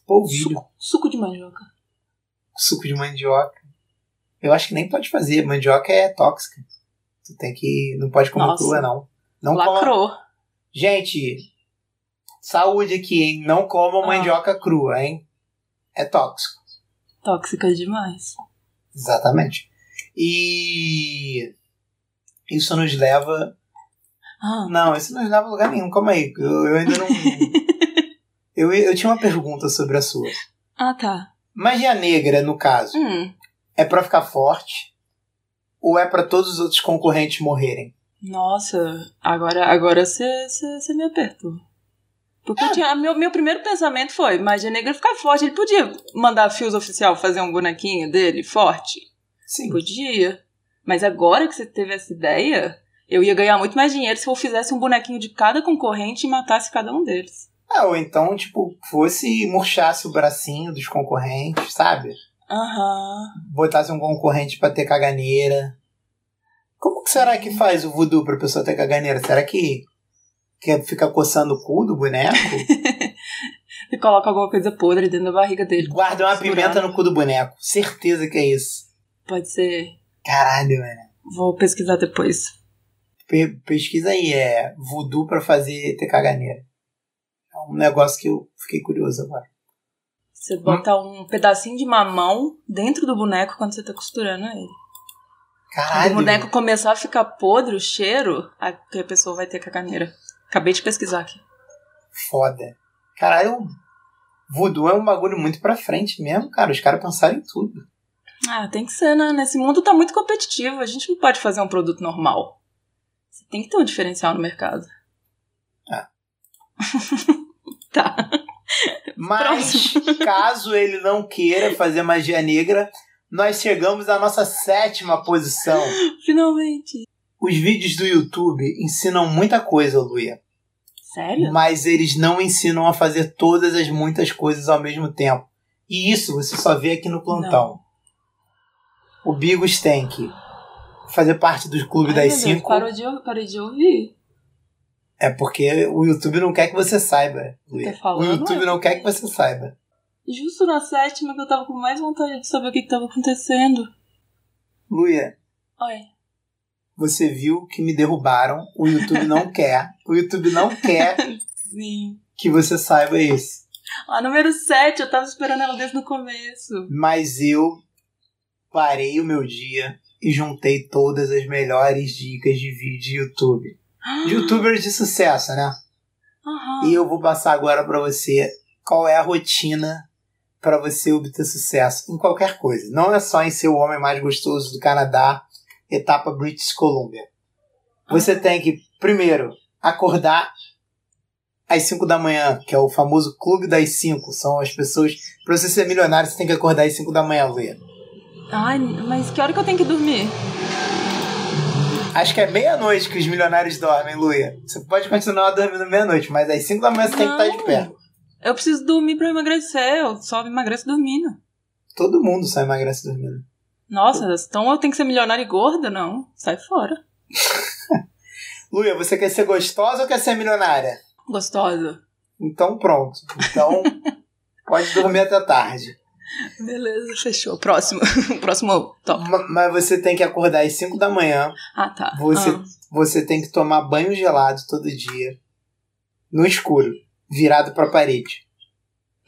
polvilho, suco. Suco de mandioca. de mandioca. Eu acho que nem pode fazer. Mandioca é tóxica. Tu tem que. Não pode comer Nossa. crua, não. Não coma. Lacrou. Gente, saúde aqui, hein? Não comam Ah. mandioca crua, hein? É tóxico. Tóxica demais. Exatamente. E. Isso nos leva. Ah, Não, isso não nos leva a lugar nenhum. Calma aí. Eu, eu ainda não. eu, eu tinha uma pergunta sobre a sua. ah tá. Magia negra, no caso, Hum. é pra ficar forte ou é pra todos os outros concorrentes morrerem? Nossa, agora agora você você- você me apertou. Porque eu tinha, meu, meu primeiro pensamento foi, magia negra ficar forte. Ele podia mandar a Fios Oficial fazer um bonequinho dele forte? Sim. Podia. Mas agora que você teve essa ideia, eu ia ganhar muito mais dinheiro se eu fizesse um bonequinho de cada concorrente e matasse cada um deles. É, ou então, tipo, fosse murchasse o bracinho dos concorrentes, sabe? Aham. Botasse um concorrente pra ter caganeira. Como que será que faz o voodoo pra pessoa ter caganeira? Será que, que fica coçando o cu do boneco? E coloca alguma coisa podre dentro da barriga dele. Guarda uma Segurando. pimenta no cu do boneco. Certeza que é isso. Pode ser. Caralho, velho. Vou pesquisar depois. Pe- pesquisa aí, é voodoo pra fazer ter caganeira. É um negócio que eu fiquei curioso agora. Você Hum? bota um pedacinho de mamão dentro do boneco quando você tá costurando ele. Quando Caralho. o boneco começar a ficar podre, o cheiro, a, a pessoa vai ter caganeira. Acabei de pesquisar aqui. Foda. Caralho, voodoo é um bagulho muito pra frente mesmo, cara. Os caras pensaram em tudo. Ah, tem que ser, né? Nesse mundo tá muito competitivo. A gente não pode fazer um produto normal. Você tem que ter um diferencial no mercado. Ah. tá. Mas, caso ele não queira fazer magia negra, nós chegamos à nossa sétima posição. Finalmente. Os vídeos do YouTube ensinam muita coisa, Luia. Sério? mas eles não ensinam a fazer todas as muitas coisas ao mesmo tempo. E isso você só vê aqui no plantão. O Bigos tem que fazer parte do Clube Ai, meu das Deus, Cinco. parou de ou- Parei de ouvir. É porque o YouTube não quer que você saiba. Luia. O falando, YouTube é. não quer que você saiba. Justo na sétima que eu tava com mais vontade de saber o que, que tava acontecendo. Luia, Oi. você viu que me derrubaram. O YouTube não quer. O YouTube não quer Sim. que você saiba isso. A número 7, eu tava esperando ela desde o começo. Mas eu parei o meu dia e juntei todas as melhores dicas de vídeo de YouTube. Youtubers de sucesso, né? Aham. E eu vou passar agora pra você qual é a rotina pra você obter sucesso em qualquer coisa. Não é só em ser o homem mais gostoso do Canadá, etapa British Columbia. Você tem que, primeiro, acordar às 5 da manhã, que é o famoso clube das 5. São as pessoas. Pra você ser milionário, você tem que acordar às 5 da manhã, Luia. Ai, mas que hora que eu tenho que dormir? Acho que é meia-noite que os milionários dormem, Luia. Você pode continuar dormindo meia-noite, mas às 5 da manhã você tem que estar de Não. pé. Eu preciso dormir pra emagrecer. Eu só emagreço dormindo. Todo mundo só emagrece dormindo. Nossa, então eu tenho que ser milionária e gorda? Não. Sai fora. Luia, você quer ser gostosa ou quer ser milionária? Gostosa. Então pronto. Então pode dormir até tarde. Beleza, fechou. Próximo. Próximo top. Ma- Mas você tem que acordar às 5 da manhã. Ah, tá. Você, Ah. você tem que tomar banho gelado todo dia. No escuro, virado pra parede.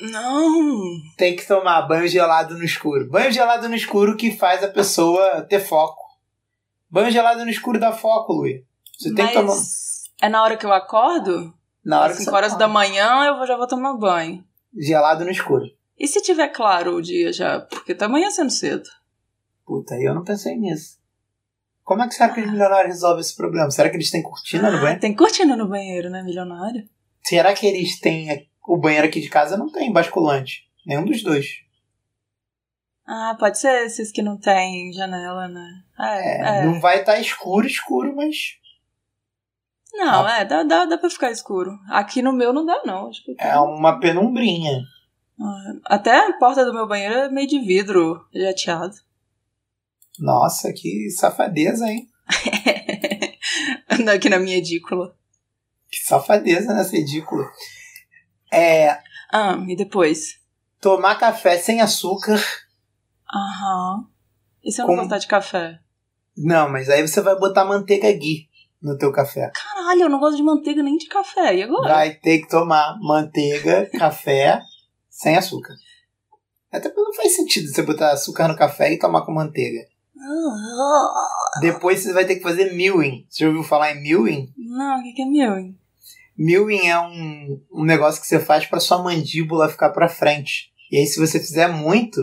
Não. Tem que tomar banho gelado no escuro. Banho gelado no escuro que faz a pessoa ter foco. Banho gelado no escuro dá foco, Luia. Você tem mas que tomar. é na hora que eu acordo? Na hora às que 5 você horas acorda. da manhã eu vou- já vou tomar banho. Gelado no escuro. E se tiver claro o dia já? Porque tá amanhecendo cedo. Puta, eu não pensei nisso. Como é que será que os milionários resolvem esse problema? Será que eles têm cortina no banheiro? Ah, Tem cortina no banheiro, né, milionário? Será que eles têm. O banheiro aqui de casa não tem basculante. Nenhum dos dois. Ah, pode ser esses que não tem janela, né? É, É, é. Não vai estar escuro, escuro, mas Não, é, dá, dá, dá pra ficar escuro. Aqui no meu não dá, não. Acho que- é uma penumbrinha. Até a porta do meu banheiro é meio de vidro é jateado. Nossa, que safadeza, hein? Aqui na minha edícula. Que safadeza nessa edícula. É. Ah, e depois? Tomar café sem açúcar. Aham. E se eu Como? não gostar de café? Não, mas aí você vai botar manteiga ghee no teu café. Caralho, eu não gosto de manteiga nem de café. E agora? Vai ter que tomar manteiga, café, sem açúcar. Até porque não faz sentido você botar açúcar no café e tomar com manteiga. Depois você vai ter que fazer milling. Você já ouviu falar em milling? Não, o que, que é meu, hein? Milling é um, um negócio que você faz pra sua mandíbula ficar pra frente. E aí se você fizer muito,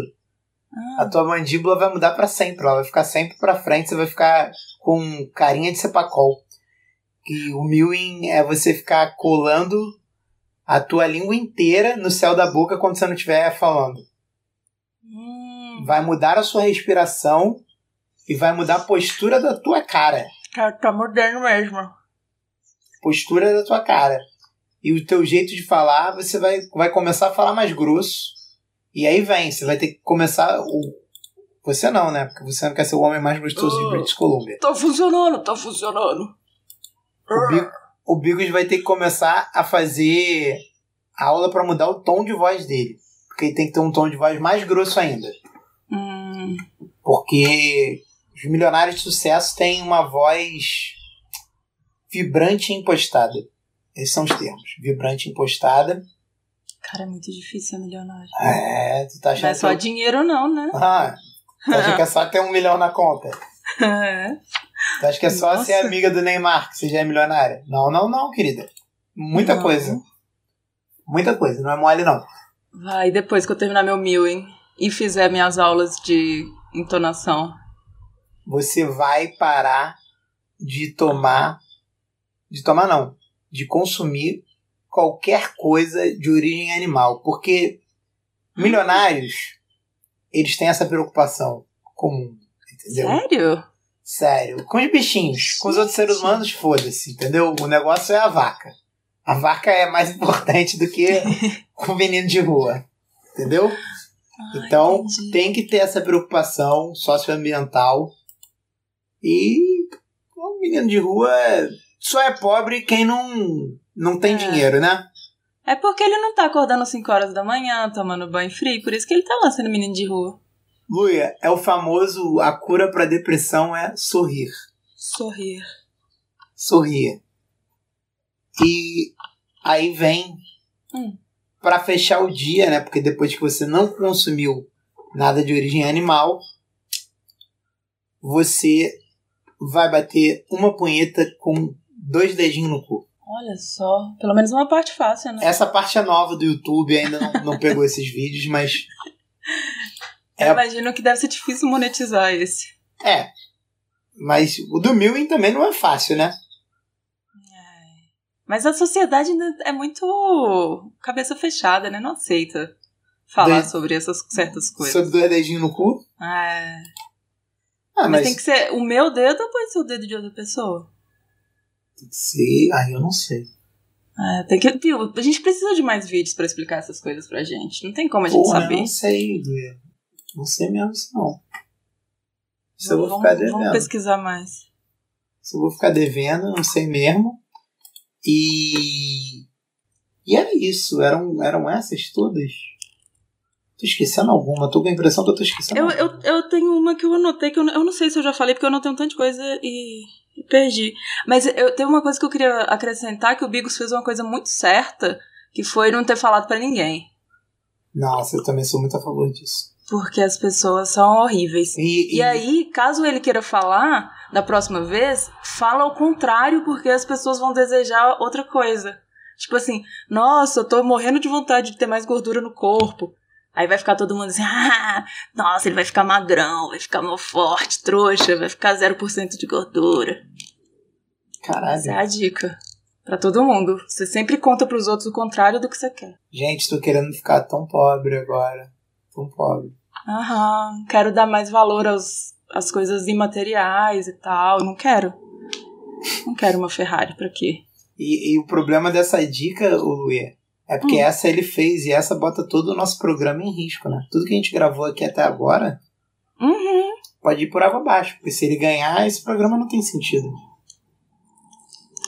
Ah, a tua mandíbula vai mudar pra sempre. Ela vai ficar sempre pra frente, você vai ficar com carinha de sepacol. E o milling é você ficar colando a tua língua inteira no céu da boca quando você não estiver falando. hum, Vai mudar a sua respiração e vai mudar a postura da tua cara. tá, tá moderno mesmo. Postura da tua cara. E o teu jeito de falar, você vai, vai começar a falar mais grosso. E aí vem, você vai ter que começar o. Você não, né? Porque você não quer ser o homem mais gostoso de Oh. British Columbia. Tô funcionando, tô funcionando. O, Bi- o Bigos vai ter que começar a fazer aula pra mudar o tom de voz dele. Porque ele tem que ter um tom de voz mais grosso ainda. Hum, Porque os milionários de sucesso têm uma voz vibrante e impostada. Esses são os termos. Vibrante e impostada. cara, é muito difícil ser milionário. É, tu tá Não é achando. só que... dinheiro, não, né? eu- Ah, tu acha que é só ter um milhão na conta? É. Tu acha que é só Nossa. ser amiga do Neymar que você já é milionária? Não, não, não, querida. Muita Não. coisa. Muita coisa, não é mole não. Vai, depois que eu terminar meu mil, hein? E fizer minhas aulas de entonação. você vai parar de tomar, de tomar não, de consumir qualquer coisa de origem animal, porque milionários eles têm essa preocupação comum, entendeu? Sério? Sério, com os bichinhos, com os outros seres humanos foda-se, entendeu? O negócio é a vaca. A vaca é mais importante do que o menino de rua. Entendeu? Então, Ah, entendi. tem que ter essa preocupação socioambiental. E o menino de rua é- só é pobre quem não, não tem É. dinheiro, né? É porque ele não tá acordando às 5 horas da manhã, tomando banho frio, por isso que ele tá lá sendo menino de rua. Luia, é o famoso a cura pra depressão é sorrir. Sorrir. Sorrir. E aí vem Hum. pra fechar o dia, né? Porque depois que você não consumiu nada de origem animal, você vai bater uma punheta com dois dedinhos no cu. Olha só. Pelo menos uma parte fácil, né? Essa parte é nova do YouTube, ainda não, não pegou esses vídeos, mas é- Eu imagino que deve ser difícil monetizar esse. é. Mas o do Milling também não é fácil, né? Mas a sociedade ainda é muito cabeça fechada, né? Não aceita falar Dois- sobre essas certas coisas. Sobre dois dedinhos no cu. É. Ah, Mas mas, tem que ser o meu dedo ou pode ser o dedo de outra pessoa? Sei, aí eu não sei. É, tem que. Viu, a gente precisa de mais vídeos pra explicar essas coisas pra gente. Não tem como a gente Porra, eu saber. não sei, Guia. Não sei mesmo isso não. Isso eu vou Vamos- ficar vamos devendo. pesquisar mais. Isso eu vou ficar devendo, não sei mesmo. E. E era isso, eram, eram essas todas. Tô esquecendo alguma, tô com a impressão que eu tô esquecendo. Eu, alguma. eu, eu tenho uma que eu anotei, que eu, não- eu não sei se eu já falei, porque eu não tenho tanta coisa e, e perdi. Mas eu tenho uma coisa que eu queria acrescentar, que o Bigos fez uma coisa muito certa, que foi não ter falado pra ninguém. Nossa, eu também sou muito a favor disso. Porque as pessoas são horríveis. E, E aí, caso ele queira falar, da próxima vez, fala ao contrário, porque as pessoas vão desejar outra coisa. Tipo assim, nossa, eu tô morrendo de vontade de ter mais gordura no corpo. Aí vai ficar todo mundo assim, ah, nossa, ele vai ficar magrão, vai ficar mal forte, trouxa, vai ficar 0% de gordura. Essa Caralho. é a dica. Pra todo mundo. Você sempre conta pros outros o contrário do que você quer. Gente, tô querendo ficar tão pobre agora. Tão pobre. Aham, quero dar mais valor aos, às coisas imateriais e tal. Não quero. Não quero uma Ferrari, pra quê? E, e o problema dessa dica, ô Luê, é porque Hum. essa ele fez e essa bota todo o nosso programa em risco, né? Tudo que a gente gravou aqui até agora Uhum. pode ir por água abaixo, porque se ele ganhar, esse programa não tem sentido.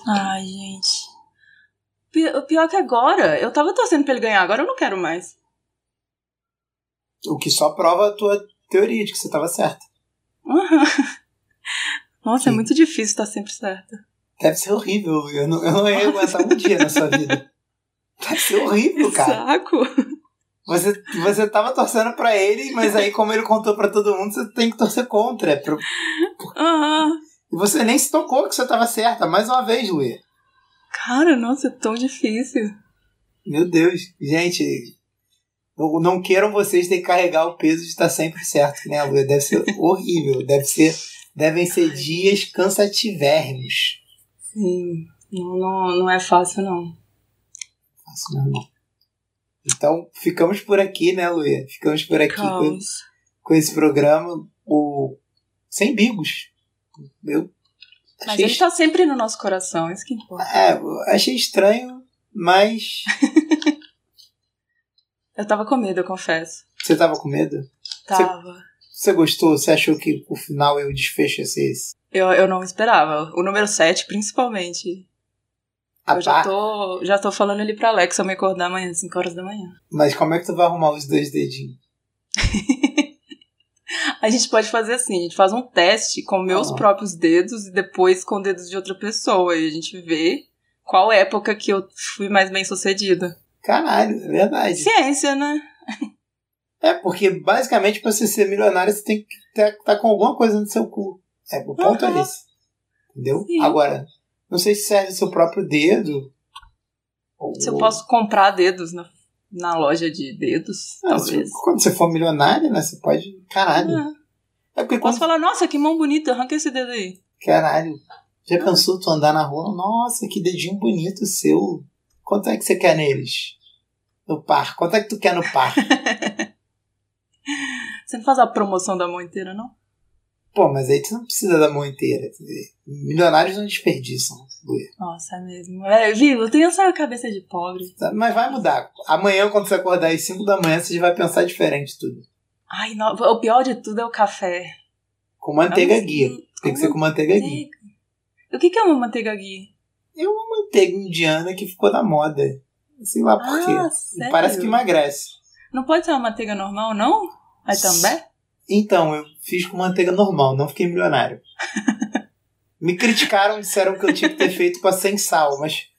Ai, gente. Pi- O pior é que agora, eu tava torcendo pra ele ganhar, agora eu não quero mais. O que só prova a tua teoria de que você tava certa. Aham. Uhum. Nossa, é Sim. muito difícil estar sempre certa. Deve ser horrível, Luê. eu não, eu não ia aguentar um dia na sua vida. Deve ser horrível, cara. Saco. Você, você tava torcendo pra ele, mas aí, como ele contou pra todo mundo, você tem que torcer contra. É Pro- Aham. E você nem se tocou que você tava certa. Mais uma vez, Luê. Cara, nossa, é tão difícil. Meu Deus. Gente, eu- não queiram vocês ter que carregar o peso de estar sempre certo, né, Luê? Deve ser horrível. Deve ser, devem ser dias cansativermos. Sim. Não, não, não é fácil, não. Nossa, meu irmão. Então, ficamos por aqui, né, Luê? Ficamos É por aqui com, Caos. com esse programa. O... Sem bigos. Eu Mas achei ele tá sempre no nosso coração, isso que importa. É, eu achei estranho, mas. Eu tava com medo, eu confesso. Você tava com medo? Tava. Você gostou? Você achou que o final e o desfecho ia ser esse? Eu, eu não esperava. O número 7, principalmente. A eu já par- tô, já tô falando ali pra Alexa me acordar amanhã, 5 horas da manhã. Mas como é que tu vai arrumar os dois dedinhos? A gente pode fazer assim, a gente faz um teste com meus Ah. próprios dedos e depois com dedos de outra pessoa. E a gente vê qual época que eu fui mais bem sucedida. Caralho, é verdade. Ciência, né? É, porque basicamente pra você ser milionário você tem que estar com alguma coisa no seu cu. É, o ponto Aham. é esse. Entendeu? Sim. Agora, não sei se serve o seu próprio dedo. Ou, Se eu posso comprar dedos na, na loja de dedos, Ah, se- talvez. quando você for milionário, né? Você pode. Caralho. Ah, É porque quando posso falar, nossa, que mão bonita, arranca esse dedo aí. Caralho, já pensou tu andar na rua? Nossa, que dedinho bonito seu. Quanto é que você quer neles? No par. Quanto é que tu quer no par? Você não faz a promoção da mão inteira, não? Pô, mas aí tu não precisa da mão inteira. quer dizer, Milionários não desperdiçam, Luia. Nossa, é mesmo. É, viu? Eu tenho essa cabeça de pobre. Tá? Mas vai mudar. Amanhã, quando você acordar às 5 da manhã, você já vai pensar diferente tudo. Ai, não, o pior de tudo é o café. Com manteiga Nossa, guia. Tem que ser com manteiga guia. Manteiga. O que, que é uma manteiga guia? Manteiga indiana que ficou na moda. Sei lá por quê. Ah, sério? Parece que emagrece. Não pode ser uma manteiga normal, não? É também? Então, eu fiz com manteiga normal, não fiquei milionário. Me criticaram, disseram que eu tinha que ter feito com a sem sal, mas.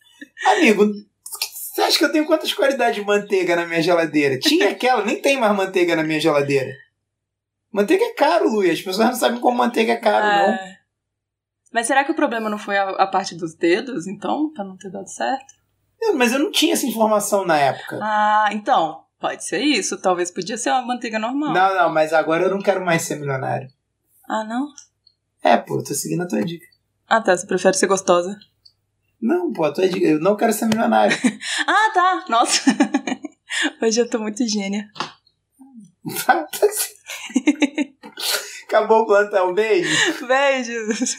Amigo, você acha que eu tenho quantas qualidades de manteiga na minha geladeira? Tinha aquela, nem tem mais manteiga na minha geladeira. Manteiga é caro, Luiz. As pessoas não sabem como manteiga é caro, não. É. Mas será que o problema não foi a, a parte dos dedos, então? Pra não ter dado certo? Eu- Mas eu não tinha essa informação na época. Ah, então. Pode ser isso. Talvez podia ser uma manteiga normal. Não, não, mas agora eu não quero mais ser milionário. Ah, não? É, pô, eu tô seguindo a tua dica. Ah, tá. Você prefere ser gostosa. Não, pô, a tua dica. Eu não quero ser milionário. Ah, tá. Nossa. Hoje eu tô muito gênia. Tá, tá sim. Acabou o plantão, beijo. Beijos.